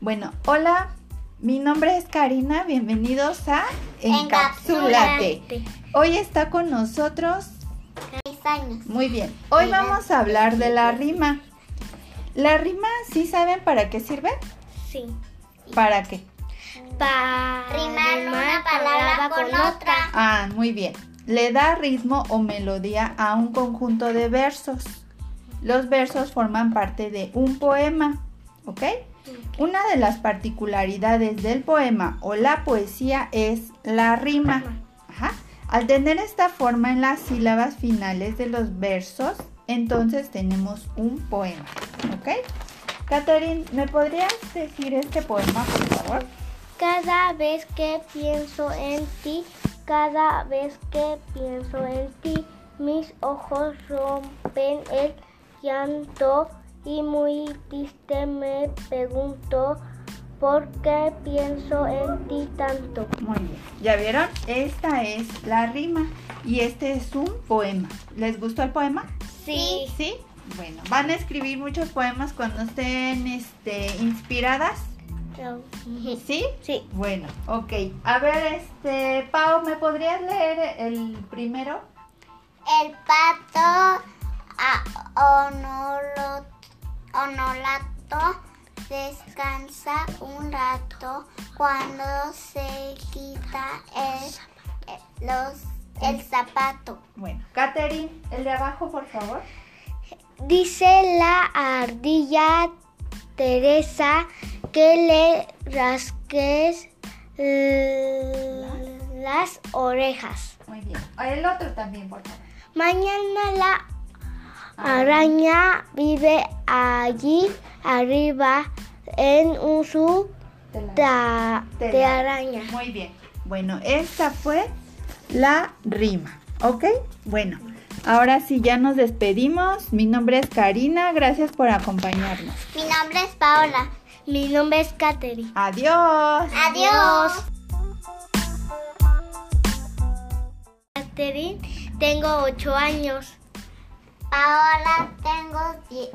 Bueno, hola, mi nombre es Karina, bienvenidos a Encapsulate. Hoy está con nosotros, Seis años. muy bien, hoy Mira. vamos a hablar de la rima. La rima, ¿sí saben para qué sirve? Sí. ¿Para qué? Para rimar una palabra con otra. Ah, muy bien. Le da ritmo o melodía a un conjunto de versos. Los versos forman parte de un poema, ¿ok? Una de las particularidades del poema o la poesía es la rima. Ajá. Al tener esta forma en las sílabas finales de los versos, entonces tenemos un poema, ¿ok? Catherine, ¿me podrías decir este poema, por favor? Cada vez que pienso en ti, cada vez que pienso en ti, mis ojos rompen el llanto y muy triste me pregunto por qué pienso en ti tanto. Muy bien. ¿Ya vieron? Esta es la rima y este es un poema. ¿Les gustó el poema? Sí. Sí. Bueno, van a escribir muchos poemas cuando estén este, inspiradas. ¿Sí? Sí. Bueno, ok. A ver, este, Pau, ¿me podrías leer el primero? El pato a- onolo- onolato descansa un rato cuando se quita el, el- los- el zapato. Bueno, Katherine, el de abajo, por favor. Dice la ardilla Teresa que le rasques las orejas. Muy bien. El otro también, por favor. Mañana la araña vive allí arriba en un su Te la- ta- Tela. de araña. Muy bien. Bueno, esta fue la rima, ¿ok? Bueno, ahora sí ya nos despedimos. Mi nombre es Karina, gracias por acompañarnos. Mi nombre es Paola. Mi nombre es Katherine. Adiós. Adiós. Katherine, tengo 8 años. Paola, tengo 10.